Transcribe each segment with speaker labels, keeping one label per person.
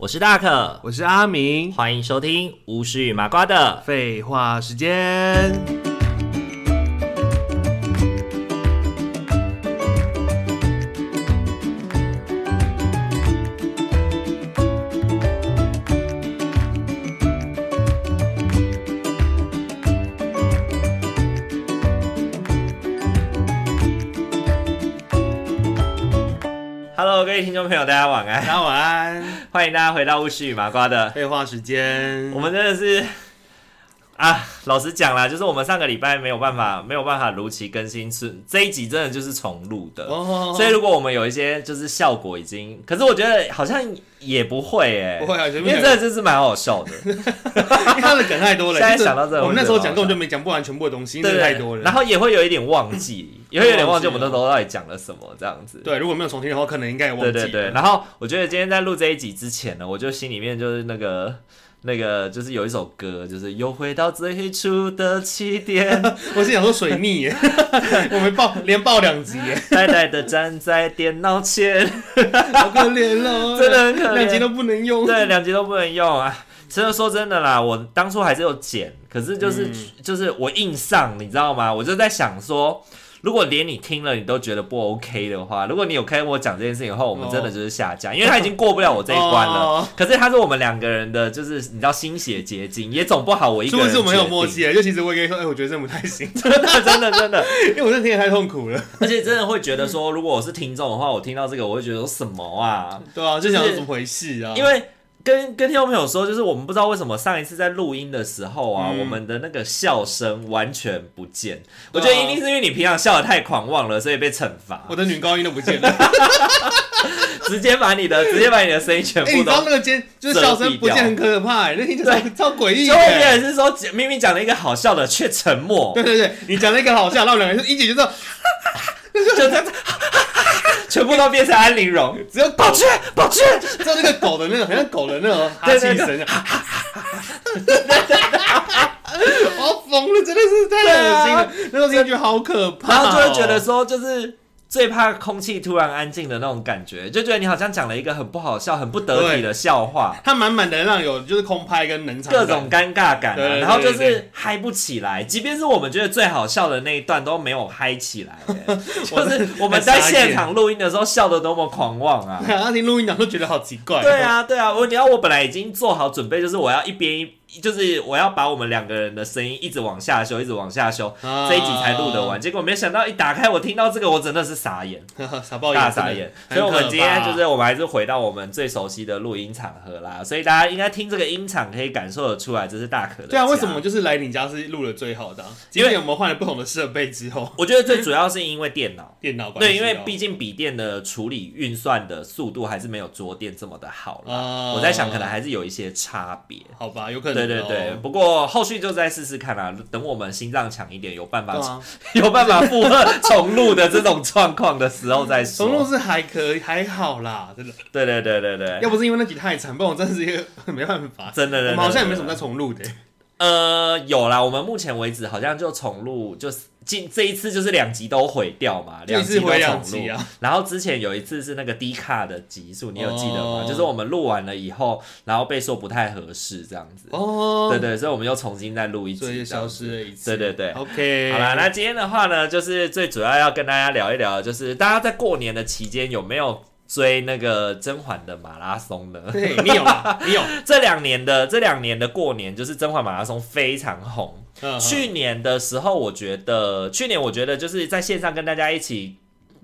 Speaker 1: 我是大可，
Speaker 2: 我是阿明。
Speaker 1: 欢迎收听巫师与麻瓜的。
Speaker 2: 废话时间，
Speaker 1: Hello，各位听众朋友，大家晚
Speaker 2: 大
Speaker 1: 安，
Speaker 2: 家晚安。
Speaker 1: 欢迎大家回到巫师与麻瓜的。
Speaker 2: 废话时间，
Speaker 1: 我们真的是啊，老实讲啦，就是我们上个礼拜没有办法，没有办法如期更新，是这一集真的就是重录的。
Speaker 2: 哦
Speaker 1: 所以如果我们有一些就是效果已经，可是我觉得好像也不会哎、
Speaker 2: 不会啊，随
Speaker 1: 因为
Speaker 2: 便
Speaker 1: 真的
Speaker 2: 讲，
Speaker 1: 就是蛮好笑的，
Speaker 2: 因为他们讲太多 了。
Speaker 1: 现在
Speaker 2: 就是
Speaker 1: 想到这个
Speaker 2: 我们那时候讲
Speaker 1: 我
Speaker 2: 根
Speaker 1: 觉得很好笑
Speaker 2: 本就没讲不完全部的 东西，因为
Speaker 1: 对
Speaker 2: 真的太多
Speaker 1: 然
Speaker 2: 了。
Speaker 1: 后也会有一点忘 记，也会有点忘记我们
Speaker 2: 忘记
Speaker 1: 那
Speaker 2: 了
Speaker 1: 时候到底讲了什么这样子。
Speaker 2: 对，如果没有重听的话，可能应该也忘记
Speaker 1: 对
Speaker 2: 了。
Speaker 1: 对对，然后我觉得今天在录这一集之前呢，我就心里面就是那个 那个，就是有一首歌，就是又回到最初的起点，
Speaker 2: 我是想说水 逆耶，我们爆连爆两集耶，
Speaker 1: 呆呆的站在电脑 前，
Speaker 2: 好可怜哦，
Speaker 1: 真的很可
Speaker 2: 两集
Speaker 1: 怜。
Speaker 2: 都不能用。
Speaker 1: 对，两集都不能用啊！真的说真的啦，我当初还是有剪，可是就是、
Speaker 2: 嗯
Speaker 1: 就是我硬上，你知道吗？我就在想说，如果连你听了你都觉得不 OK 的话，如果你有跟我讲这件事情后，我们真的就是下架，因为他已经过不了我这一关了。
Speaker 2: 哦，
Speaker 1: 可是他是我们两个人的，就是你知道心血结晶，也总不好我一
Speaker 2: 是
Speaker 1: 个
Speaker 2: 不
Speaker 1: 人。
Speaker 2: 是我们很有默？契耶？就其实我也跟你说，哎，我觉得这不太行，
Speaker 1: 真的真的真的，
Speaker 2: 因为我这天也太痛苦了。
Speaker 1: 而且真的会觉得说，如果我是听众的话，我听到这个我会觉得说什么啊？
Speaker 2: 对啊，就想
Speaker 1: 就
Speaker 2: 说
Speaker 1: 是
Speaker 2: 怎么回事啊？
Speaker 1: 因为跟跟听众朋友说，就是我们不知道为什么上一次在录音的时候啊，
Speaker 2: 嗯
Speaker 1: 我们的那个笑声完全不见。我
Speaker 2: 对啊
Speaker 1: 觉得一定是因为你平常笑的太狂妄了，所以被惩罚
Speaker 2: 我，的女高音都不见了。
Speaker 1: 直接把你的直接把你的声音全
Speaker 2: 哎、你
Speaker 1: 部
Speaker 2: 知道
Speaker 1: 都。
Speaker 2: 那个尖就是笑声不见很可怕、欸，那听起来超诡异
Speaker 1: 就会变
Speaker 2: 的。
Speaker 1: 成是说，明明讲了一个好笑的，却沉默。
Speaker 2: 对对对，你讲了一个好笑，然后我们两个人就一起就知道，
Speaker 1: 就这样子， 全部都变成安陵容，
Speaker 2: 只有
Speaker 1: 宝
Speaker 2: 狗，
Speaker 1: 娟，宝娟，
Speaker 2: 只有那个狗的那个，很像狗的那种 哈
Speaker 1: 对
Speaker 2: 气
Speaker 1: 对对
Speaker 2: 声， 我要疯了，真的是太恶心了。那时候听觉得好可怕、
Speaker 1: 啊然
Speaker 2: 哦，
Speaker 1: 后就会觉得说，就是最怕空气突然安静的那种感觉，就觉得你好像讲了一个很不好笑、很不得体的笑话，
Speaker 2: 它满满的让有就是空拍跟冷场
Speaker 1: 各
Speaker 2: 感，
Speaker 1: 种尴尬感、
Speaker 2: 对
Speaker 1: 啊，
Speaker 2: 对
Speaker 1: 然后就
Speaker 2: 对
Speaker 1: 是嗨不起来。即便是我们觉得最好笑的那一段都没有嗨起来、欸就是我们在现场录音的时候笑的多么狂妄 啊！
Speaker 2: 然后听录音档都觉得好奇怪、
Speaker 1: 对，啊，对啊，我你要我本来已经做好准备，就是我要一边一，就是我要把我们两个人的声音一直往下修，一直往下修，
Speaker 2: 啊
Speaker 1: 这一集才录得完。结果没想到一打开，我听到这个，我真的是傻眼，
Speaker 2: 傻爆眼，
Speaker 1: 大傻眼。所以，
Speaker 2: 哦真的
Speaker 1: 我们今天
Speaker 2: 很可怕
Speaker 1: 就是我们还是回到我们最熟悉的录音场合啦。所以大家应该听这个音场可以感受得出来，这是大可的。
Speaker 2: 对啊，为什么？就是来你家是录的最好的啊、
Speaker 1: 因
Speaker 2: 因
Speaker 1: 为
Speaker 2: 为我们换了不同的设备 之后，
Speaker 1: 我觉得最主要是因为电脑。
Speaker 2: 电脑关系、
Speaker 1: 对，因为毕竟笔电的处理运算的速度还是没有桌电这么的好了，
Speaker 2: 啊，
Speaker 1: 我在想可能还是有一些差别。
Speaker 2: 好吧，有可能、
Speaker 1: 对
Speaker 2: 哦。
Speaker 1: 对对，啊不过后续就再试试看啦、等我们心脏强一点，有办法、
Speaker 2: 对啊，
Speaker 1: 有办法负荷重录的这种状况的时候再
Speaker 2: 重录
Speaker 1: 说。
Speaker 2: 是还可以，还好啦，真的。
Speaker 1: 对对对对对，
Speaker 2: 要不是因为那集太惨，不然我真的是一个 没办法。
Speaker 1: 真的
Speaker 2: 我
Speaker 1: 真的。
Speaker 2: 们好像也没什
Speaker 1: 真
Speaker 2: 么
Speaker 1: 的
Speaker 2: 在重录的、
Speaker 1: 呃，有啦，我们目前为止好像就重录，就是今这一次就是两集都毁掉嘛，
Speaker 2: 就一
Speaker 1: 集
Speaker 2: 次
Speaker 1: 都
Speaker 2: 毁两
Speaker 1: 重录
Speaker 2: 集啊。
Speaker 1: 然后之前有一次是那个低卡的集数，你有记得吗？
Speaker 2: 哦
Speaker 1: 就是我们录完了以后，然后被说不太合适这样子。
Speaker 2: 哦，
Speaker 1: 对对，所以我们又重新再录一集，
Speaker 2: 所以就消哎失了一次。
Speaker 1: 对对对
Speaker 2: OK，
Speaker 1: 好啦，那今天的话呢，就是最主要要跟大家聊一聊，就是大家在过年的期间有没有追那个甄嬛的马拉松呢？
Speaker 2: 对你 有啦，你有。
Speaker 1: 这两年的这两年的过年，就是甄嬛马拉松非常红。
Speaker 2: 嗯
Speaker 1: 去年的时候，我觉得去年我觉得就是在线上跟大家一起。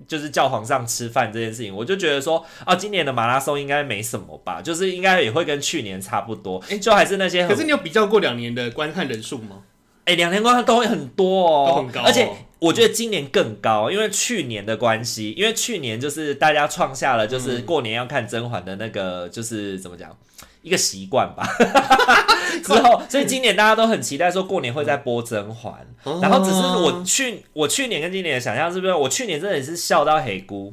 Speaker 1: 就是叫皇上吃饭这件事情，我就觉得说啊，今年的马拉松应该没什么吧，就是应该也会跟去年差不多，
Speaker 2: 诶
Speaker 1: 就还是那些
Speaker 2: 嗯可
Speaker 1: 很
Speaker 2: 是你有比较过两年的观看人数吗？
Speaker 1: 哎、两年观都会很多哦，
Speaker 2: 都很高哦
Speaker 1: 而且我觉得今年更高，因为去年的关系，因为去年就是大家创下了就是
Speaker 2: 嗯
Speaker 1: 过年要看甄嬛的那个就是怎么讲一个习惯 吧，之后，所以今年大家都很期待说过年会再播甄嬛，
Speaker 2: 哦
Speaker 1: 然后只是我去我去年跟今年的想象是不是？我去年真的是笑到黑姑，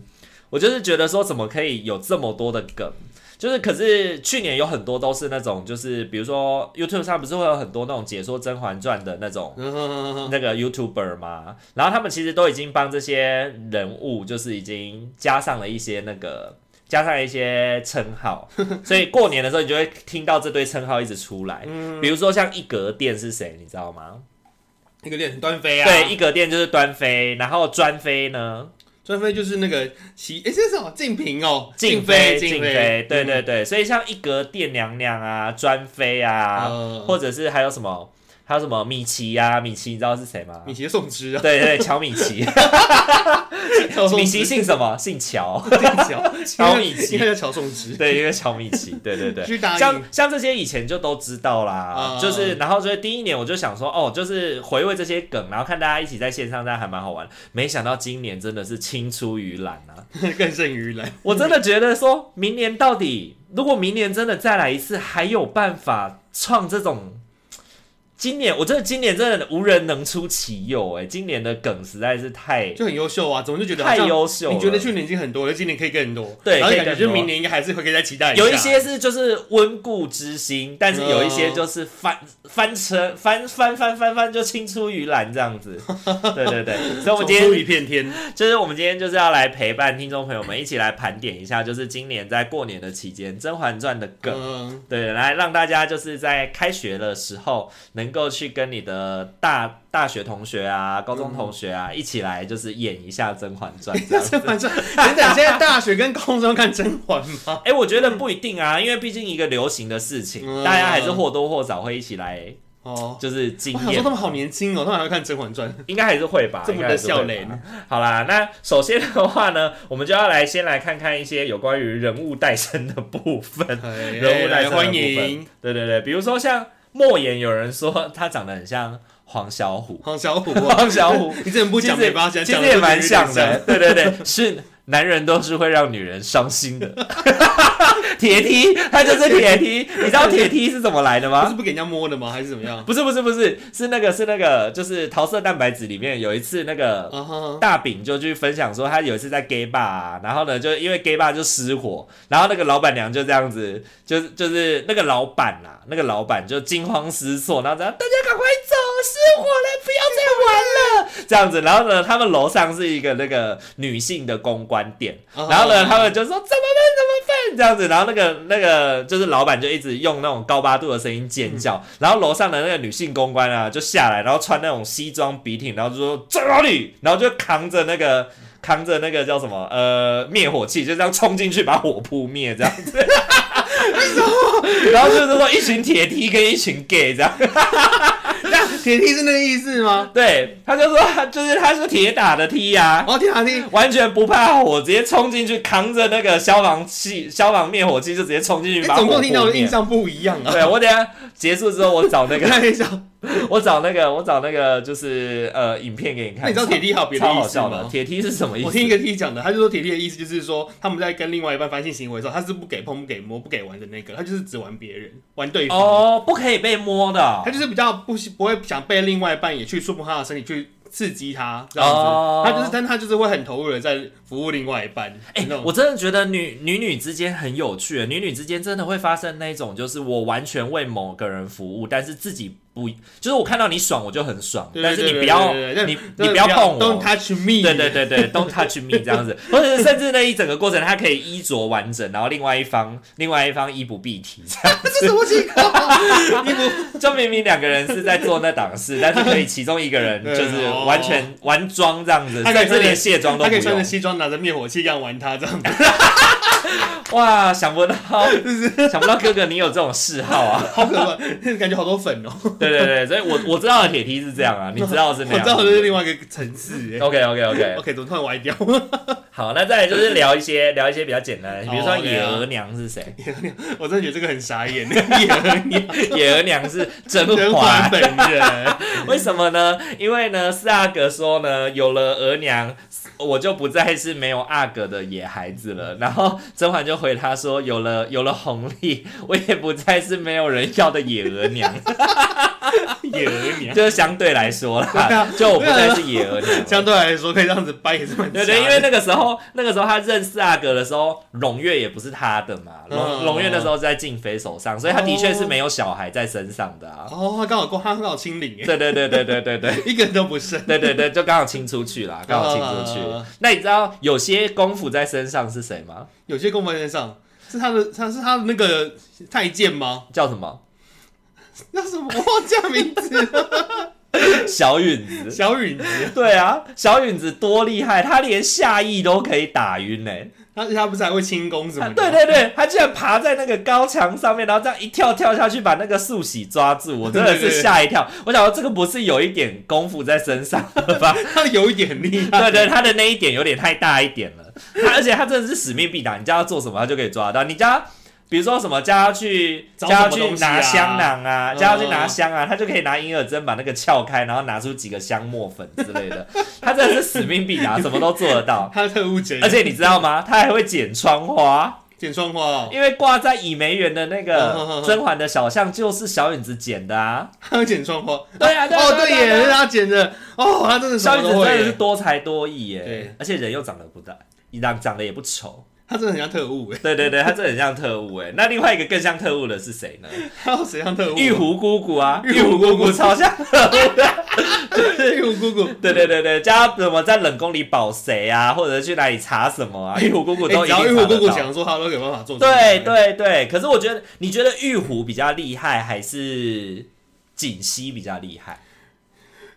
Speaker 1: 我就是觉得说怎么可以有这么多的梗。就是，可是去年有很多都是那种，就是比如说 YouTube 上不是会有很多那种解说《甄嬛传》的那种
Speaker 2: 嗯
Speaker 1: 那个 YouTuber 嘛，然后他们其实都已经帮这些人物，就是已经加上了一些那个加上一些称号，所以过年的时候你就会听到这堆称号一直出来。比如说像一格店是谁，你知道吗？
Speaker 2: 那个练端飞啊，
Speaker 1: 对，一，格店就是端妃，然后专妃呢？
Speaker 2: 端飞就是那个齐，哎，这是什么？静嫔哦，
Speaker 1: 静
Speaker 2: 妃，
Speaker 1: 静
Speaker 2: 妃
Speaker 1: 妃，，对对对，所以像一格殿娘娘啊、专妃啊，
Speaker 2: 嗯，
Speaker 1: 或者是还有什么，还有什么米奇呀、米奇你知道是谁吗？
Speaker 2: 米奇 宋之啊，
Speaker 1: 对对，乔米 奇，米奇
Speaker 2: 宋
Speaker 1: 姓什么？姓 乔，
Speaker 2: 之对乔
Speaker 1: 乔米奇
Speaker 2: 应该叫乔宋之，
Speaker 1: 对，因为乔米奇，对对对，
Speaker 2: 去答
Speaker 1: 像
Speaker 2: 应，
Speaker 1: 像这些以前就都知道啦，
Speaker 2: 嗯
Speaker 1: 就是然后所以第一年我就想说，哦，就是回味这些梗，然后看大家一起在线上，大家还蛮好玩。没想到今年真的是青出于蓝啊！
Speaker 2: 更胜于蓝。
Speaker 1: 我真的觉得说，明年到底如果明年真的再来一次，还有办法创这种？今年我真的今年真的无人能出其右哎、今年的梗实在是太
Speaker 2: 就很优秀啊，怎么就觉得好
Speaker 1: 太
Speaker 2: 像
Speaker 1: 优秀了。
Speaker 2: 你觉得去年已经很多了，今年可以更多，
Speaker 1: 对
Speaker 2: 然后
Speaker 1: 可以
Speaker 2: 感觉
Speaker 1: 更多
Speaker 2: 就明年应该还是会可以再期待一下。
Speaker 1: 有一些是就是温故知新，但是有一些就是翻翻车翻翻翻翻翻就青出于蓝这样子。对对对，所以我
Speaker 2: 走
Speaker 1: 们今
Speaker 2: 出
Speaker 1: 天
Speaker 2: 一片天，
Speaker 1: 就是我们今天就是要来陪伴听众朋友们一起来盘点一下，就是今年在过年的期间《甄嬛传》的梗。
Speaker 2: 嗯，
Speaker 1: 对，来让大家就是在开学的时候，能够去跟你的大大学同学啊、高中同学啊，一起来就是演一下《甄嬛 传》这样子。
Speaker 2: 甄嬛传，等等，现在大学跟高中要看甄嬛吗？
Speaker 1: 哎、我觉得不一定啊，因为毕竟一个流行的事情，
Speaker 2: 嗯
Speaker 1: 大家还是或多或少会一起来，
Speaker 2: 哦，
Speaker 1: 就是
Speaker 2: 我
Speaker 1: 经
Speaker 2: 想说
Speaker 1: 验
Speaker 2: 他，们好年轻哦，他们还要看《甄嬛传》，
Speaker 1: 应该还是会吧，
Speaker 2: 这么
Speaker 1: 应该
Speaker 2: 的
Speaker 1: 还是会
Speaker 2: 笑
Speaker 1: 吧
Speaker 2: 脸。
Speaker 1: 好啦，那首先的话呢，我们就要来先来看看一些有关于人物诞生的部分。 人物诞
Speaker 2: 来
Speaker 1: 生的部
Speaker 2: 哎欢
Speaker 1: 分
Speaker 2: 迎
Speaker 1: 对对对，比如说像莫言，有人说他长得很像黄小虎，
Speaker 2: 黄小虎，啊
Speaker 1: 黄小虎
Speaker 2: 你怎么不
Speaker 1: 其实
Speaker 2: 讲没办法讲，
Speaker 1: 其
Speaker 2: 讲
Speaker 1: 实
Speaker 2: 得
Speaker 1: 也
Speaker 2: 就
Speaker 1: 蛮
Speaker 2: 有点
Speaker 1: 像的，对对 对，是男人都是会让女人伤心 的。铁梯，他就是铁梯，你知道铁梯是怎么来的
Speaker 2: 不
Speaker 1: 吗
Speaker 2: 是？不给人家摸的吗？还是怎么样？
Speaker 1: 不是不是不是，是那个是那个，就是桃色蛋白质里面有一次那个
Speaker 2: 啊哈，
Speaker 1: 大饼就去分享说，他有一次在 gay bar，、啊、然后呢，就因为 gay bar 就失火，然后那个老板娘就这样子，就是就是那个老板啦、那个老板就惊慌失措，然后这样大家赶快走，失火了，不要再玩了，这样子，然后呢，他们楼上是一个那个女性的公关店，
Speaker 2: 啊
Speaker 1: 然后呢，他们就说怎么办怎么办这样子，然后那个那个就是老板就一直用那种高八度的声音尖叫，然后楼上的那个女性公关啊就下来，然后穿那种西装笔挺，然后就说在哪里，然后就扛着那个扛着那个叫什么呃灭火器，就这样冲进去把火扑灭这样子。然后就是说一群铁梯跟一群 gay 这样，
Speaker 2: 那铁梯是那个意思吗？
Speaker 1: 对，他就说他就是他是铁打的梯呀、
Speaker 2: 哦，铁梯，
Speaker 1: 完全不怕火，直接冲进去，扛着那个消防器、消防灭火器就直接冲进去
Speaker 2: 哎
Speaker 1: 把火
Speaker 2: 总
Speaker 1: 扑
Speaker 2: 共听到的印
Speaker 1: 灭。
Speaker 2: 象不一样啊。
Speaker 1: 对我等一下结束之后，我找那 个，
Speaker 2: 看一下，
Speaker 1: 我找那个，我找那个，就是呃，影片给你看。
Speaker 2: 那你知道铁梯还有别的
Speaker 1: 超
Speaker 2: 意
Speaker 1: 好
Speaker 2: 思
Speaker 1: 笑的，
Speaker 2: 吗？
Speaker 1: 铁梯是什么意思？
Speaker 2: 我听一个 T 讲的，他就说铁弟的意思就是说，他们在跟另外一半发生性行为的时候，他是不给碰、不给摸、不给玩的那个，他就是只玩别人，玩对方。
Speaker 1: 哦，不可以被摸 的
Speaker 2: 他。就是比较不喜不会想被另外一半也去触碰他的身体，去刺激他这样子。
Speaker 1: 哦
Speaker 2: 他就是，但他就是会很投入的在服务另外一半。
Speaker 1: 哎、
Speaker 2: 那种
Speaker 1: 我真的觉得女女女之间很有趣，女女之间真的会发生那种，就是我完全为某个人服务，但是自己不，就是我看到你爽我就很爽，
Speaker 2: 对
Speaker 1: 但
Speaker 2: 对
Speaker 1: 是
Speaker 2: 对
Speaker 1: 你
Speaker 2: 对
Speaker 1: 不要
Speaker 2: 对对对
Speaker 1: 你
Speaker 2: 对
Speaker 1: 你不要碰我
Speaker 2: Don't touch me。
Speaker 1: 对对对对，Don't touch me 这样子，或者是甚至那一整个过程，他可以衣着完整，然后另外一方另外一方衣不蔽体，这样
Speaker 2: 这是什么 情况？你不
Speaker 1: 就明明两个人是在做那档事，但是可以其中一个人就是完全完妆这样子，
Speaker 2: 哦他可以
Speaker 1: 甚
Speaker 2: 穿着
Speaker 1: 至连卸妆都
Speaker 2: 他
Speaker 1: 不
Speaker 2: 可以穿着
Speaker 1: 用。
Speaker 2: 西装，拿着灭火器这样玩他这样子，
Speaker 1: 哇，想不到，想不到哥哥你有这种嗜好啊！
Speaker 2: 好可怕，感觉好多粉 哦。
Speaker 1: 对对对，所以我我知道的铁梯是这样啊，你知道是
Speaker 2: 我
Speaker 1: 那样。
Speaker 2: 知道这是另外一个层次。
Speaker 1: OK OK OK，
Speaker 2: OK，怎么突然歪掉？
Speaker 1: 好，那再来就是聊一些聊一些比较简单的，比如说
Speaker 2: 哦，OK 啊
Speaker 1: 野额娘是谁？
Speaker 2: 我真的觉得这个很傻 眼，野儿娘
Speaker 1: 野额娘是甄
Speaker 2: 甄
Speaker 1: 嬛
Speaker 2: 嬛。本人，
Speaker 1: 为什么呢？因为呢，四阿哥说呢，有了额娘，我就不再是没有阿哥的野孩子了。
Speaker 2: 嗯
Speaker 1: 然后甄嬛就回他 说，有了有了红利，我也不再是没有人要的野额娘。
Speaker 2: 野鹅娘。
Speaker 1: 就是相对来说 啦，就我不再是野鹅娘了。
Speaker 2: 相对来说，可以这样子掰也是蛮
Speaker 1: 对对，因为那个时候，那个时候他认识阿格的时候，胧月也不是他的嘛，
Speaker 2: 嗯
Speaker 1: 胧胧月那时候在静妃手上，所以他的确是没有小孩在身上的啊。
Speaker 2: 哦，他刚好过，他刚好清零哎，
Speaker 1: 对对对对对对对。
Speaker 2: 一个人都不剩。
Speaker 1: 对对对，就刚好清出去啦，刚好清出去。
Speaker 2: 嗯
Speaker 1: 那你知道有些功夫在身上是谁吗？
Speaker 2: 有些公文身上是他的，他是他的那个太监吗？
Speaker 1: 叫什么？
Speaker 2: 那什么？我忘记他 名字了，
Speaker 1: 小允子。
Speaker 2: 小允子。
Speaker 1: 对啊，小允子多厉害，他连下邑都可以打晕呢、
Speaker 2: 他他不是还会轻功什
Speaker 1: 他
Speaker 2: 么的？
Speaker 1: 啊对对对，他居然爬在那个高墙上面，然后这样一跳跳下去，把那个素喜抓住，我真的
Speaker 2: 对
Speaker 1: 是
Speaker 2: 对对
Speaker 1: 吓一跳。我想说这个不是有一点功夫在身上了吧？
Speaker 2: 他有一点很厉害。
Speaker 1: 对对，他的那一点有点太大一点了。他而且他真的是使命必达，你叫他做什么，他就可以抓到。你叫他，比如说什么，叫他去，
Speaker 2: 找
Speaker 1: 叫
Speaker 2: 什
Speaker 1: 他
Speaker 2: 么
Speaker 1: 去
Speaker 2: 东西啊
Speaker 1: 拿香囊啊，
Speaker 2: 嗯
Speaker 1: 叫他去拿香啊，他就可以拿银耳针把那个撬开，然后拿出几个香墨粉之类的。 他真的是使命必达，什么都做得 到。
Speaker 2: 他的特务姐
Speaker 1: 而且你知道吗？他还会剪窗花，
Speaker 2: 剪窗花哦，
Speaker 1: 因为挂在倚梅园的那
Speaker 2: 嗯嗯
Speaker 1: 个
Speaker 2: 嗯
Speaker 1: 甄嬛的小巷就是小允子剪的啊。
Speaker 2: 他有剪窗花。
Speaker 1: 对啊，对啊，
Speaker 2: 哦，对
Speaker 1: 啊
Speaker 2: 耶，
Speaker 1: 啊
Speaker 2: 是他剪的。哦，他真的什
Speaker 1: 小
Speaker 2: 么
Speaker 1: 允
Speaker 2: 都
Speaker 1: 子
Speaker 2: 会
Speaker 1: 真的是
Speaker 2: 耶，
Speaker 1: 多才多艺耶
Speaker 2: 对，
Speaker 1: 而且人又长得不大，长长得也不丑。
Speaker 2: 他真的很像特务 哎。
Speaker 1: 对对对，他真的很像特务哎。那另外一个更像特务的是谁呢？
Speaker 2: 还有谁像特务？
Speaker 1: 玉壶姑姑啊，
Speaker 2: 玉
Speaker 1: 玉
Speaker 2: 壶
Speaker 1: 壶
Speaker 2: 姑
Speaker 1: 姑
Speaker 2: 姑
Speaker 1: 姑超像。
Speaker 2: 玉壶姑姑。
Speaker 1: 对对对对，叫他怎么在冷宫里保谁啊，或者去哪里查什么啊？玉壶姑姑
Speaker 2: 欸
Speaker 1: 都一
Speaker 2: 只要
Speaker 1: 定
Speaker 2: 玉
Speaker 1: 查
Speaker 2: 壶姑
Speaker 1: 得
Speaker 2: 姑
Speaker 1: 到。
Speaker 2: 想说，他都有办法做出来。
Speaker 1: 对对对，可是我觉得，你觉得玉壶比较厉害，还是锦溪比较厉害？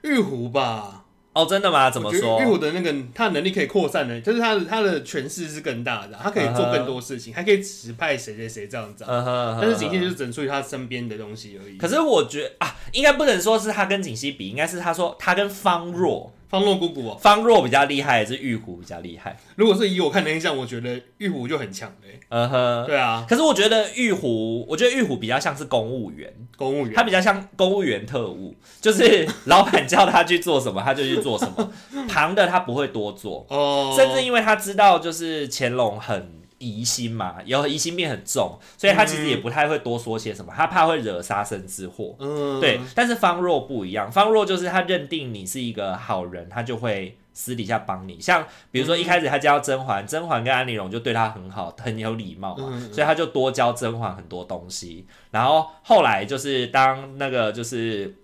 Speaker 2: 玉壶吧，
Speaker 1: 哦，真的吗？怎
Speaker 2: 我
Speaker 1: 么
Speaker 2: 觉得玉
Speaker 1: 说？
Speaker 2: 壶的那个他的能力可以扩散的，就是他的他的权势是更大的，他可以做更多事情，还可以指派谁谁谁这样子啊。
Speaker 1: 嗯嗯哼嗯哼
Speaker 2: 但是仅限就是整出于他身边的东西而已。
Speaker 1: 可是我觉得啊，应该不能说是他跟锦溪比，应该是他说他跟方若，
Speaker 2: 方若姑姑哦，
Speaker 1: 方若比较厉害，还是玉壶比较厉害？
Speaker 2: 如果是以我看的印象，我觉得玉壶就很强嘞。
Speaker 1: 嗯哼。
Speaker 2: 对啊，
Speaker 1: 可是我觉得玉壶，我觉得玉壶比较像是公务员，
Speaker 2: 公务
Speaker 1: 他
Speaker 2: 员
Speaker 1: 比较像公务员特务，就是老板叫他去做什么，他就去做什么，旁的他不会多做，
Speaker 2: 哦，
Speaker 1: 甚至因为他知道就是乾隆很疑心嘛，有疑心病很重，所以他其实也不太会多说些什么，他怕会惹杀身之祸。
Speaker 2: 嗯，
Speaker 1: 对，但是方若不一样，方若就是他认定你是一个好人，他就会私底下帮你。像比如说
Speaker 2: 嗯
Speaker 1: 一开始他教甄嬛，甄嬛跟安陵容就对他很好，很有礼貌嘛，
Speaker 2: 嗯
Speaker 1: 所以他就多教甄嬛很多东西。然后后来就是当那个就是。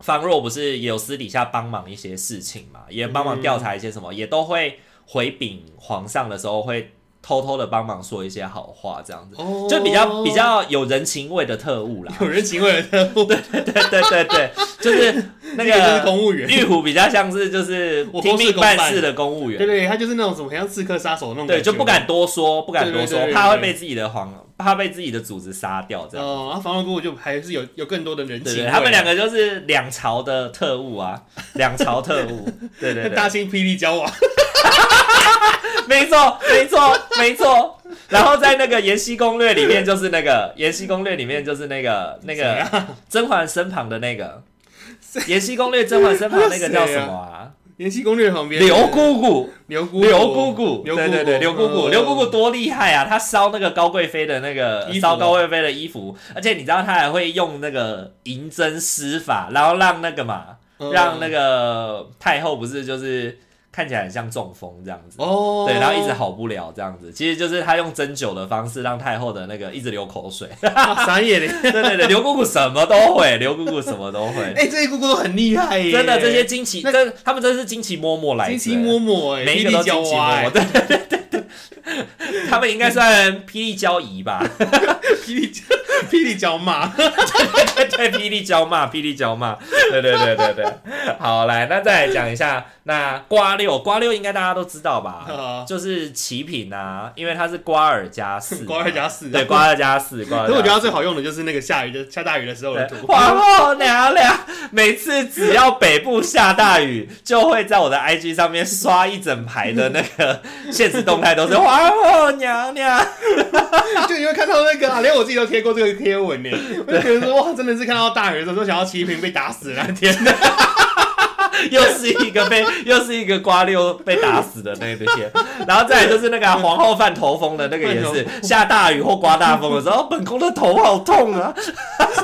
Speaker 1: 方若不是也有私底下帮忙一些事情嘛，也帮忙调查一些什么，也都会回禀皇上的时候会偷偷的帮忙说一些好话，这样子，
Speaker 2: 哦
Speaker 1: 就比较比较有人情味的特务啦。
Speaker 2: 有人情味的特务，
Speaker 1: 对对对对，就是那
Speaker 2: 这就是
Speaker 1: 个
Speaker 2: 公务员。
Speaker 1: 玉虎比较像是就是
Speaker 2: 我
Speaker 1: 听
Speaker 2: 公事
Speaker 1: 命
Speaker 2: 公办
Speaker 1: 办事的公务
Speaker 2: 对
Speaker 1: 员，
Speaker 2: 对，他就是那种什么像刺客杀手那种感
Speaker 1: 对，
Speaker 2: 觉，
Speaker 1: 就不敢多说，不敢多
Speaker 2: 对对对
Speaker 1: 说，
Speaker 2: 对
Speaker 1: 怕会被自己的皇，怕被自己的组织杀掉这样。
Speaker 2: 哦。啊，方若姑姑就还是有有更多的人
Speaker 1: 对
Speaker 2: 情
Speaker 1: 对，
Speaker 2: 味啊，
Speaker 1: 他们两个就是两朝的特务啊，两朝特务，对对
Speaker 2: 跟大
Speaker 1: 对，
Speaker 2: 兴霹雳交 往。
Speaker 1: 没错没错没错。然后在那个《延禧攻略》里面，就是那个《延禧攻略》里面就是那个那
Speaker 2: 谁
Speaker 1: 个甄嬛身旁的那个，《延禧攻略》甄嬛身旁那个叫什么啊？
Speaker 2: 延禧攻略旁边
Speaker 1: 刘姑姑，
Speaker 2: 刘姑
Speaker 1: 刘姑姑，
Speaker 2: 刘
Speaker 1: 对对对，刘姑姑，
Speaker 2: 嗯
Speaker 1: 刘姑姑多厉害啊！她烧那个高贵妃的那个
Speaker 2: 衣服
Speaker 1: 烧高贵妃的衣服，而且你知道她还会用那个银针施法，然后让那个嘛，
Speaker 2: 嗯
Speaker 1: 让那个太后不是就是看起来很像中风这样子。
Speaker 2: 哦，
Speaker 1: 对，然后一直好不了这样子，其实就是她用针灸的方式让太后的那个一直流口 水。
Speaker 2: 傻眼嘞。
Speaker 1: 对对对，刘姑姑什么都会，刘姑姑什么都会，
Speaker 2: 哎，这些姑姑都很厉害耶，
Speaker 1: 真的这些惊奇，
Speaker 2: 那
Speaker 1: 真他们真是惊奇嬷嬷来着，
Speaker 2: 金奇嬷嬷哎，
Speaker 1: 每一
Speaker 2: 霹
Speaker 1: 个都惊
Speaker 2: 雳娇
Speaker 1: 奇
Speaker 2: 娃
Speaker 1: 嬷
Speaker 2: 哎
Speaker 1: 嬷，，对对对对，他们应该算霹雳交姨吧？
Speaker 2: 霹雳娇 霹雳娇骂，
Speaker 1: 对对，霹雳交骂，霹雳交骂，对对对对对。好，来，那再来讲一下，那瓜六，瓜六应该大家都知道吧
Speaker 2: 啊？
Speaker 1: 就是奇品啊，因为它是瓜尔佳氏嘛，
Speaker 2: 瓜二加四。啊
Speaker 1: 对，瓜尔佳氏，瓜尔
Speaker 2: 可是我觉得
Speaker 1: 佳
Speaker 2: 它
Speaker 1: 氏。
Speaker 2: 最好用的就是那个下雨的下大雨的时候的
Speaker 1: 对
Speaker 2: 图，
Speaker 1: 皇后娘娘每次只要北部下大雨，就会在我的 IG 上面刷一整排的那个 现实动态，都是皇后娘娘。
Speaker 2: 就因为看到那个啊，连我自己都贴过这个贴 文呢，我就觉得说哇，真的是看到大雨的时候，就想要齐平被打死那天，
Speaker 1: 又是一个被又是一个瓜溜被打死的那个片，然后再来就是那 个啊、皇后犯头风的那个也是，下大雨或刮大风的时候，哦本宫的头好痛 啊！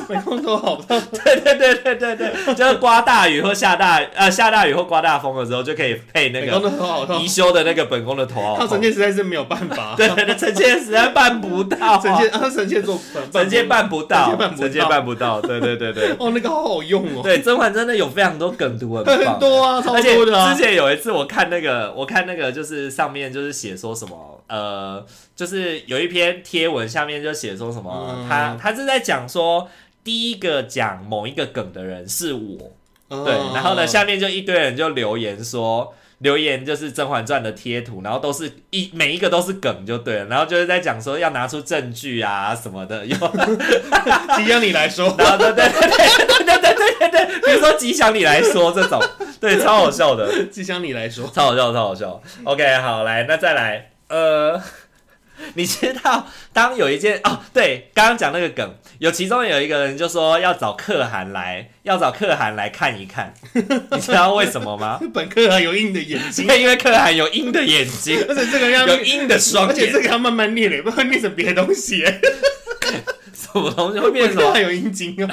Speaker 2: 每空都好痛，
Speaker 1: 对对对对对对，就是刮大雨或下大呃下大雨或刮大风的时候，就可以配那
Speaker 2: 每空
Speaker 1: 个
Speaker 2: 都好痛
Speaker 1: 宜。修的那个本宫的头好
Speaker 2: 他神
Speaker 1: 痛。
Speaker 2: 剑实在是没有办法，
Speaker 1: 对对对，臣妾实在办不到、
Speaker 2: 神
Speaker 1: 啊，
Speaker 2: 剑，他神剑做反
Speaker 1: 臣妾办不到
Speaker 2: 臣妾办，不
Speaker 1: 臣妾办不到，
Speaker 2: 到
Speaker 1: 对对对对。
Speaker 2: 哦，那个好好用哦，
Speaker 1: 对，甄嬛真的有非常多梗图， 很棒
Speaker 2: 很多啊，超
Speaker 1: 而且
Speaker 2: 多的啊
Speaker 1: 之。前有一次，我看那个，我看那个就是上面就是写说什么，呃，就是有一篇贴文下面就写说什么，
Speaker 2: 嗯
Speaker 1: 他他是在讲说第一个讲某一个梗的人是我，
Speaker 2: 哦
Speaker 1: 对，然后呢下面就一堆人就留言说。留言就是《甄嬛传》的贴图，然后都是一每一个都是梗就对了，然后就是在讲说要拿出证据啊什么的，有
Speaker 2: 即将你来说，
Speaker 1: 然后对对对对对对对对对，比如说吉祥你来说这种，对，超好笑的，
Speaker 2: 即将你来说，
Speaker 1: 超好笑，超好笑。OK，好，来，那再来，呃， 你知道当有一件哦，对，刚刚讲那个梗，有其中有一个人就说要找可汗来，要找可汗来看一 看，你知道为什么吗？
Speaker 2: 本科还有硬的眼睛，
Speaker 1: 因为可汗有鹰的眼 睛，
Speaker 2: 而且这个要
Speaker 1: 有鹰的双
Speaker 2: 而且
Speaker 1: 眼
Speaker 2: 这，个要慢慢练嘞，不然练成别的东西耶。
Speaker 1: 什么东西会变
Speaker 2: 本
Speaker 1: 什
Speaker 2: 科
Speaker 1: 么？
Speaker 2: 还有阴茎哦，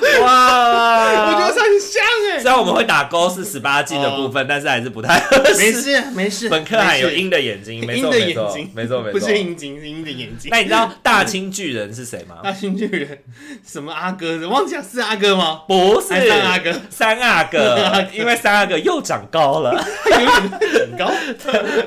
Speaker 2: 我觉
Speaker 1: 哇
Speaker 2: 得！这很像哎。
Speaker 1: 虽然我们会打勾是十八禁的部分，但是还是不太
Speaker 2: 没事没事，
Speaker 1: 本科还有
Speaker 2: 没事
Speaker 1: 鹰的眼睛，没
Speaker 2: 鹰
Speaker 1: 错
Speaker 2: 的
Speaker 1: 没
Speaker 2: 眼
Speaker 1: 错
Speaker 2: 睛，，
Speaker 1: 没错没
Speaker 2: 不
Speaker 1: 错
Speaker 2: 是。阴茎，是鹰的眼睛。
Speaker 1: 那你知道大清巨人是谁吗？
Speaker 2: 大新巨人什么阿哥？忘记了是阿哥吗？
Speaker 1: 不
Speaker 2: 还
Speaker 1: 是
Speaker 2: 是阿哥，
Speaker 1: 三阿哥，因为三阿哥又长高了，
Speaker 2: 有点高，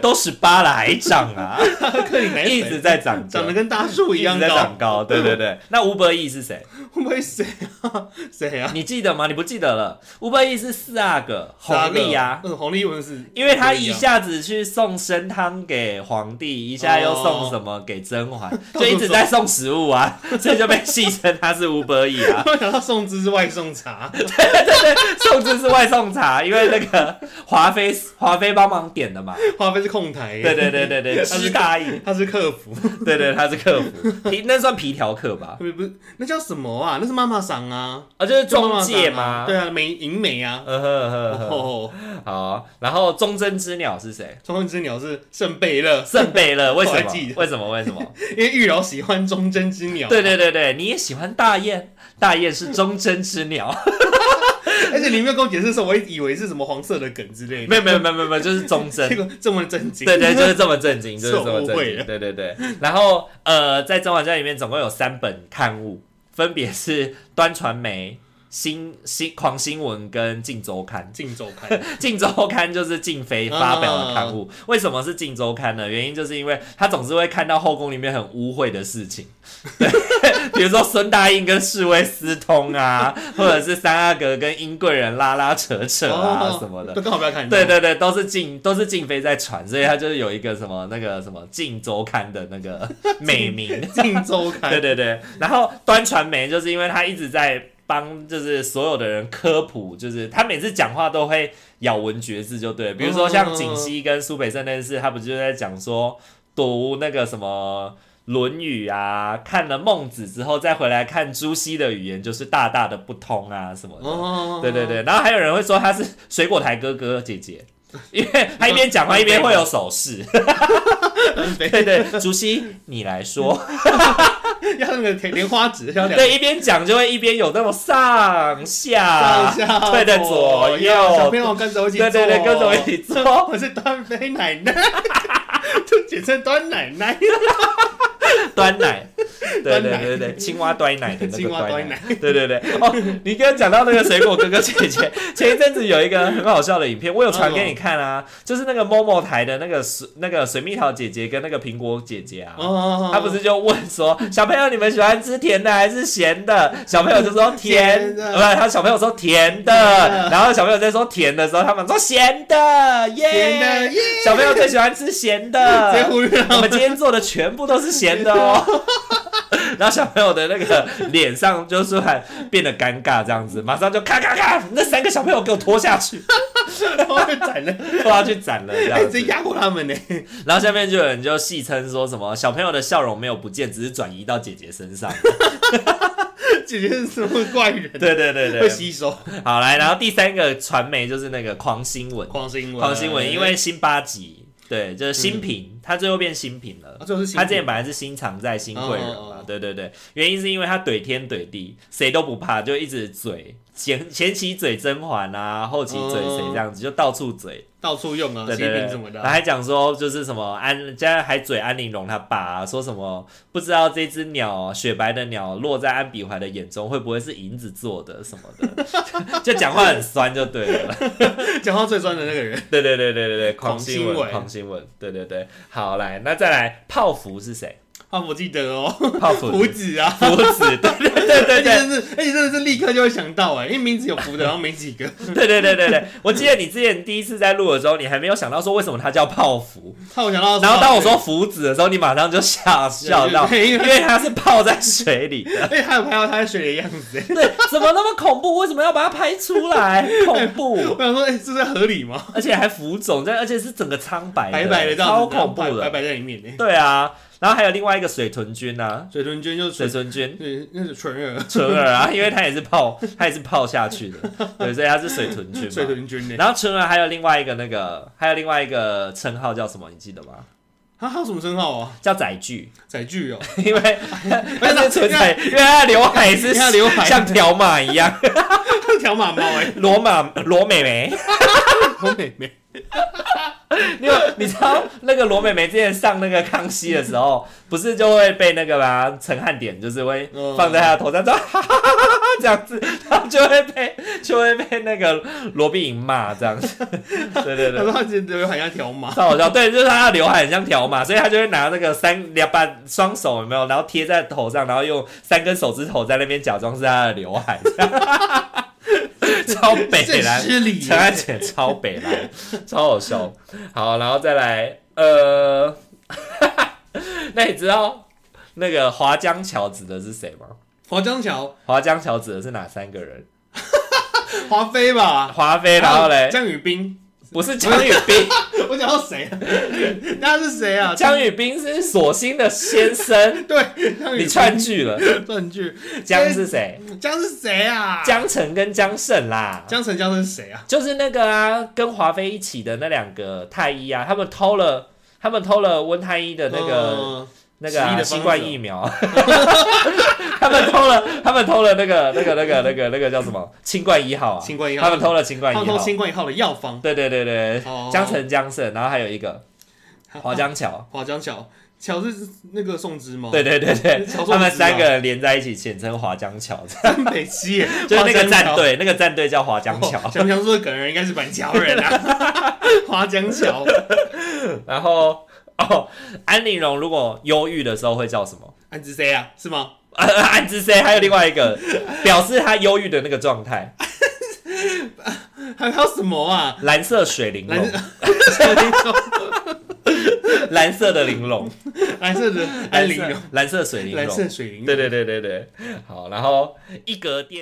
Speaker 1: 都十八了还长啊，
Speaker 2: 阿哥你 奶
Speaker 1: 一直在长着，
Speaker 2: 长得跟大树一
Speaker 1: 一
Speaker 2: 样
Speaker 1: 直在
Speaker 2: 高
Speaker 1: 长，高。对对对，那吴伯义是谁？
Speaker 2: 会不会谁啊？ 谁啊？
Speaker 1: 你记得吗？你不记得了？吴伯义是四阿哥，红利啊。
Speaker 2: 嗯，红利文是，
Speaker 1: 因为他一
Speaker 2: 样。
Speaker 1: 下子去送参汤给皇帝，一下又送什么给甄 嬛，就一直在送食物 啊，所以就被戏称他是吴伯义啊。
Speaker 2: 我想到送之是外送茶，
Speaker 1: 送至是外送茶，因为那个华妃华妃帮忙点的嘛。
Speaker 2: 花费是控台耶，
Speaker 1: 对对对对 对，
Speaker 2: 他
Speaker 1: 知
Speaker 2: 是
Speaker 1: 大意。
Speaker 2: 他是客服，
Speaker 1: 对对，他是客 服，皮那算皮条客吧？
Speaker 2: 不是不是，那叫什么啊？那是妈妈桑啊，
Speaker 1: 啊，就是
Speaker 2: 就妈
Speaker 1: 中
Speaker 2: 妈桑啊
Speaker 1: 介嘛。
Speaker 2: 对啊，美银美啊。
Speaker 1: 嗯呵呵呵，
Speaker 2: 哦，
Speaker 1: 好。然后忠贞之鸟是谁？
Speaker 2: 中贞之鸟是圣贝勒，
Speaker 1: 圣贝勒，为什
Speaker 2: 还
Speaker 1: 么
Speaker 2: 记？得
Speaker 1: 为什么？为什 么？
Speaker 2: 因为玉娆喜欢忠贞之鸟。
Speaker 1: 对对对对，你也喜欢大雁，大雁 是忠贞之鸟。
Speaker 2: 而且你没有跟我解释的时候，我以为是什么黄色的梗之类的，
Speaker 1: 没有没有没有没有没有，就是忠贞
Speaker 2: 结。果这么震惊。
Speaker 1: 对对，就是这么震惊，就是这
Speaker 2: 是
Speaker 1: 么
Speaker 2: 我
Speaker 1: 震
Speaker 2: 误会
Speaker 1: 惊。
Speaker 2: 了
Speaker 1: 对对对，然后呃，在《甄嬛传》里面总共有三本刊物，分别是《端传媒》。新新狂新闻跟《镜周刊》，
Speaker 2: 竞走开，
Speaker 1: 《镜周刊》就是静妃发表的刊物。为什么是《镜周刊》呢？原因就是因为她总是会看到后宫里面很污秽的事情， 对，比如说孙大应跟侍卫私通啊，或者是三阿哥跟英贵人拉拉扯扯啊
Speaker 2: 哦
Speaker 1: 什么的。
Speaker 2: 都刚好不要看。
Speaker 1: 对，对对，都是静都是静妃在传，所以他就是有一个什么那个什么《静周刊》的那个美名。
Speaker 2: 竞走开
Speaker 1: 对，对对，然后端传媒就是因为他一直在帮，就是所有的人科普，就是他每次讲话都会咬文嚼字，就对。比如说像锦溪跟苏北盛那次，他不就在讲说读那个什么。《论语》啊，看了孟子之后，再回来看朱熹的语言，就是大大的不通啊什么的。
Speaker 2: 哦
Speaker 1: 对对，对，然后还有人会说他是水果台哥哥姐姐，因为他一边讲话一边会有手势。
Speaker 2: 很肥，
Speaker 1: 对对，竹溪你来说，
Speaker 2: 要那个甜莲花指，要 两
Speaker 1: 对，一边讲就会一边有那种上下
Speaker 2: 上，下
Speaker 1: 对对左右
Speaker 2: 小朋友跟着我一起
Speaker 1: 对
Speaker 2: 做，
Speaker 1: 对对，跟着我一起做。
Speaker 2: 我是端妃奶奶，就简称端奶奶，
Speaker 1: 端 奶，对
Speaker 2: 端
Speaker 1: 对
Speaker 2: 奶
Speaker 1: 对对，青蛙端奶的那个
Speaker 2: 青蛙
Speaker 1: 端
Speaker 2: 端
Speaker 1: 奶
Speaker 2: 奶，
Speaker 1: 对对对。哦，你刚刚讲到那个水果哥哥姐姐，前一 阵子有一个很好笑的影片，我有传给你看啊，就是那个某某台的那个水那个水蜜桃姐姐跟那个苹果姐姐啊，
Speaker 2: 哦
Speaker 1: 他不是就问说，
Speaker 2: 嗯
Speaker 1: 小朋友你们喜欢吃甜的还是咸的？小朋友就说甜
Speaker 2: 嗯甜的
Speaker 1: 呃不，他小朋友说甜的
Speaker 2: 甜的，
Speaker 1: 然后小朋友在说甜的时候，他们说咸的，
Speaker 2: 甜的
Speaker 1: 耶！
Speaker 2: 耶，
Speaker 1: 小朋友最喜欢吃咸
Speaker 2: 直接
Speaker 1: 的，
Speaker 2: 忽略
Speaker 1: 我
Speaker 2: 了
Speaker 1: 们今天做的全部都是咸的 哦。然后小朋友的那个脸上就是很变得尴尬，这样子，马上就咔咔咔，那三个小朋友给我拖下去。
Speaker 2: 他们斩了，
Speaker 1: 都要去斩了这样
Speaker 2: 哎，直
Speaker 1: 子。
Speaker 2: 接压过他们呢。
Speaker 1: 然后下面就有人就戏称说什么小朋友的笑容没有不见，只是转移到姐姐身上。
Speaker 2: 姐姐是什么怪 人？
Speaker 1: 对对对
Speaker 2: 会
Speaker 1: 对，
Speaker 2: 吸收
Speaker 1: 好来，然后第三个传媒就是那个狂新闻，
Speaker 2: 狂新闻，哎
Speaker 1: 狂新闻，因为辛巴吉对，就是新品，他最后变新品了。
Speaker 2: 啊最后是新
Speaker 1: 他之前本来是新藏在新贵人
Speaker 2: 哦哦
Speaker 1: 嘛
Speaker 2: 哦，
Speaker 1: 对对对，原因是因为他怼天怼地，谁都不怕，就一直嘴前前期嘴甄嬛啊，后期嘴
Speaker 2: 哦
Speaker 1: 谁这样子，就到处嘴，
Speaker 2: 到处用啊，
Speaker 1: 对
Speaker 2: 西
Speaker 1: 对
Speaker 2: 饼
Speaker 1: 对，
Speaker 2: 什么的
Speaker 1: 然后
Speaker 2: 啊，
Speaker 1: 还讲说就是什么安，现在还嘴安陵容他爸、啊，说什么不知道这只鸟雪白的鸟落在安比怀的眼中会不会是银子做的什么的，就就讲话很酸就对了。
Speaker 2: 讲话最酸的那个人，
Speaker 1: 对对对对对对，
Speaker 2: 狂
Speaker 1: 狂
Speaker 2: 新
Speaker 1: 新闻，
Speaker 2: 闻
Speaker 1: 狂新闻，对对对，好来，那再来，泡芙是谁？
Speaker 2: 啊，我记得哦，
Speaker 1: 泡芙
Speaker 2: 胡子啊，
Speaker 1: 芙子，对对对对
Speaker 2: 而且
Speaker 1: 对
Speaker 2: 真的是，而且真的是立刻就会想到哎，因为名字有福的，然后没几个，
Speaker 1: 对对对对对，我记得你之前第一次在录的时候，你还没有想到说为什么它叫泡芙，
Speaker 2: 他我想到，
Speaker 1: 然后当我说福子的时候，你马上就吓笑到，
Speaker 2: 对
Speaker 1: 因
Speaker 2: 因为
Speaker 1: 为它是泡在水里的。
Speaker 2: 而且还有拍到他在水里的样子，哎
Speaker 1: 对，怎么那么恐怖？为什么要把它拍出来？恐怖，
Speaker 2: 我想说，哎，这是合理吗？
Speaker 1: 而且还浮肿，这而且是整个苍白的，
Speaker 2: 白白的这样
Speaker 1: 哎超
Speaker 2: 子，
Speaker 1: 恐怖
Speaker 2: 白
Speaker 1: 的。
Speaker 2: 白在里面呢。哎
Speaker 1: 对啊，然后还有另外一个水豚君啊，
Speaker 2: 水豚君就是
Speaker 1: 水
Speaker 2: 水，
Speaker 1: 豚君。
Speaker 2: 对，那是纯儿
Speaker 1: 纯儿啊，因为他也是泡，他也是泡下去的，对，所以他是水豚君
Speaker 2: 水
Speaker 1: 嘛。
Speaker 2: 豚君呢。
Speaker 1: 然后纯儿还有另外一个那个，还有另外一个称号叫什么？你记得吗？
Speaker 2: 他他有什么称号啊？
Speaker 1: 叫载具，
Speaker 2: 载具哦，
Speaker 1: 因为他
Speaker 2: 他
Speaker 1: 是纯载，因为他的刘海是
Speaker 2: 因为他刘海
Speaker 1: 像条码一样，
Speaker 2: 他条码猫哎，
Speaker 1: 罗马罗美眉。
Speaker 2: 好美美，
Speaker 1: 你有你知道那个罗美美之前上那个康熙的时候，不是就会被那个吗？陈汉典就是会
Speaker 2: 嗯
Speaker 1: 放在他的头上，说 哈哈哈哈哈这样子，然后就会被就会被那个罗碧莹骂这样子。对对
Speaker 2: 他
Speaker 1: 对。
Speaker 2: 说他觉得很像条码，
Speaker 1: 超好笑，对，就是他的刘海很像条码，所以他就会拿那个三两把双手有没有，然后贴在头上，然后用三根手指头在那边假装是他的刘 海，超北
Speaker 2: 这
Speaker 1: 蓝
Speaker 2: 很，失礼耶。
Speaker 1: 陈安姐超北来，超好笑。好，然后再来，呃， 那你知道那个华江桥指的是谁吗？
Speaker 2: 华江桥，
Speaker 1: 华江桥指的是哪三个人？
Speaker 2: 华妃吧，
Speaker 1: 华妃，然后嘞，
Speaker 2: 江宇彬，
Speaker 1: 不是江宇彬，
Speaker 2: 我讲到谁啊？他是谁啊？
Speaker 1: 江宇彬是索心的先生，
Speaker 2: 对， 江宇
Speaker 1: 你串剧了。
Speaker 2: 彬断句，
Speaker 1: 江是谁？
Speaker 2: 江是谁 啊？
Speaker 1: 江澄跟江胜啦。
Speaker 2: 江澄江是谁啊？
Speaker 1: 就是那个啊，跟华妃一起的那两个太医啊，他们偷了，他们偷了温太医的那个
Speaker 2: 嗯
Speaker 1: 那个、
Speaker 2: 奇异
Speaker 1: 啊、
Speaker 2: 的
Speaker 1: 新
Speaker 2: 方
Speaker 1: 冠
Speaker 2: 式
Speaker 1: 疫苗， 他们偷了，他们偷了那个那个那个那个那个叫什么清冠一号啊，
Speaker 2: 新冠一
Speaker 1: 他
Speaker 2: 号，
Speaker 1: 们偷了清冠
Speaker 2: 他
Speaker 1: 一
Speaker 2: 们偷
Speaker 1: 号，
Speaker 2: 新冠一号的药方，
Speaker 1: 对对对对，
Speaker 2: 哦
Speaker 1: 江城江胜，然后还有一个华江桥，
Speaker 2: 华江桥，桥是那个宋芝吗？
Speaker 1: 对对对对，
Speaker 2: 乔宋
Speaker 1: 他们
Speaker 2: 芝啊
Speaker 1: 三个人连在一起简称华江桥，
Speaker 2: 三北七耶，
Speaker 1: 就是那个战
Speaker 2: 华哦
Speaker 1: 队，那个战队叫华江
Speaker 2: 江
Speaker 1: 桥
Speaker 2: 桥。，想不想说的梗人应该是板桥人啊？ 华江桥，
Speaker 1: 然后哦，安陵容如果忧郁的时候会叫什么？
Speaker 2: 安之 C 啊，是吗？
Speaker 1: 呃，安之 C 还有另外一个表示他忧郁的那个状态，
Speaker 2: 还还有什么啊？
Speaker 1: 蓝色水玲珑， 蓝色的玲珑。
Speaker 2: 蓝色的安陵容，
Speaker 1: 蓝色水玲
Speaker 2: 蓝
Speaker 1: 珑
Speaker 2: 色，水灵，
Speaker 1: 对对对对对，好，然后一格电。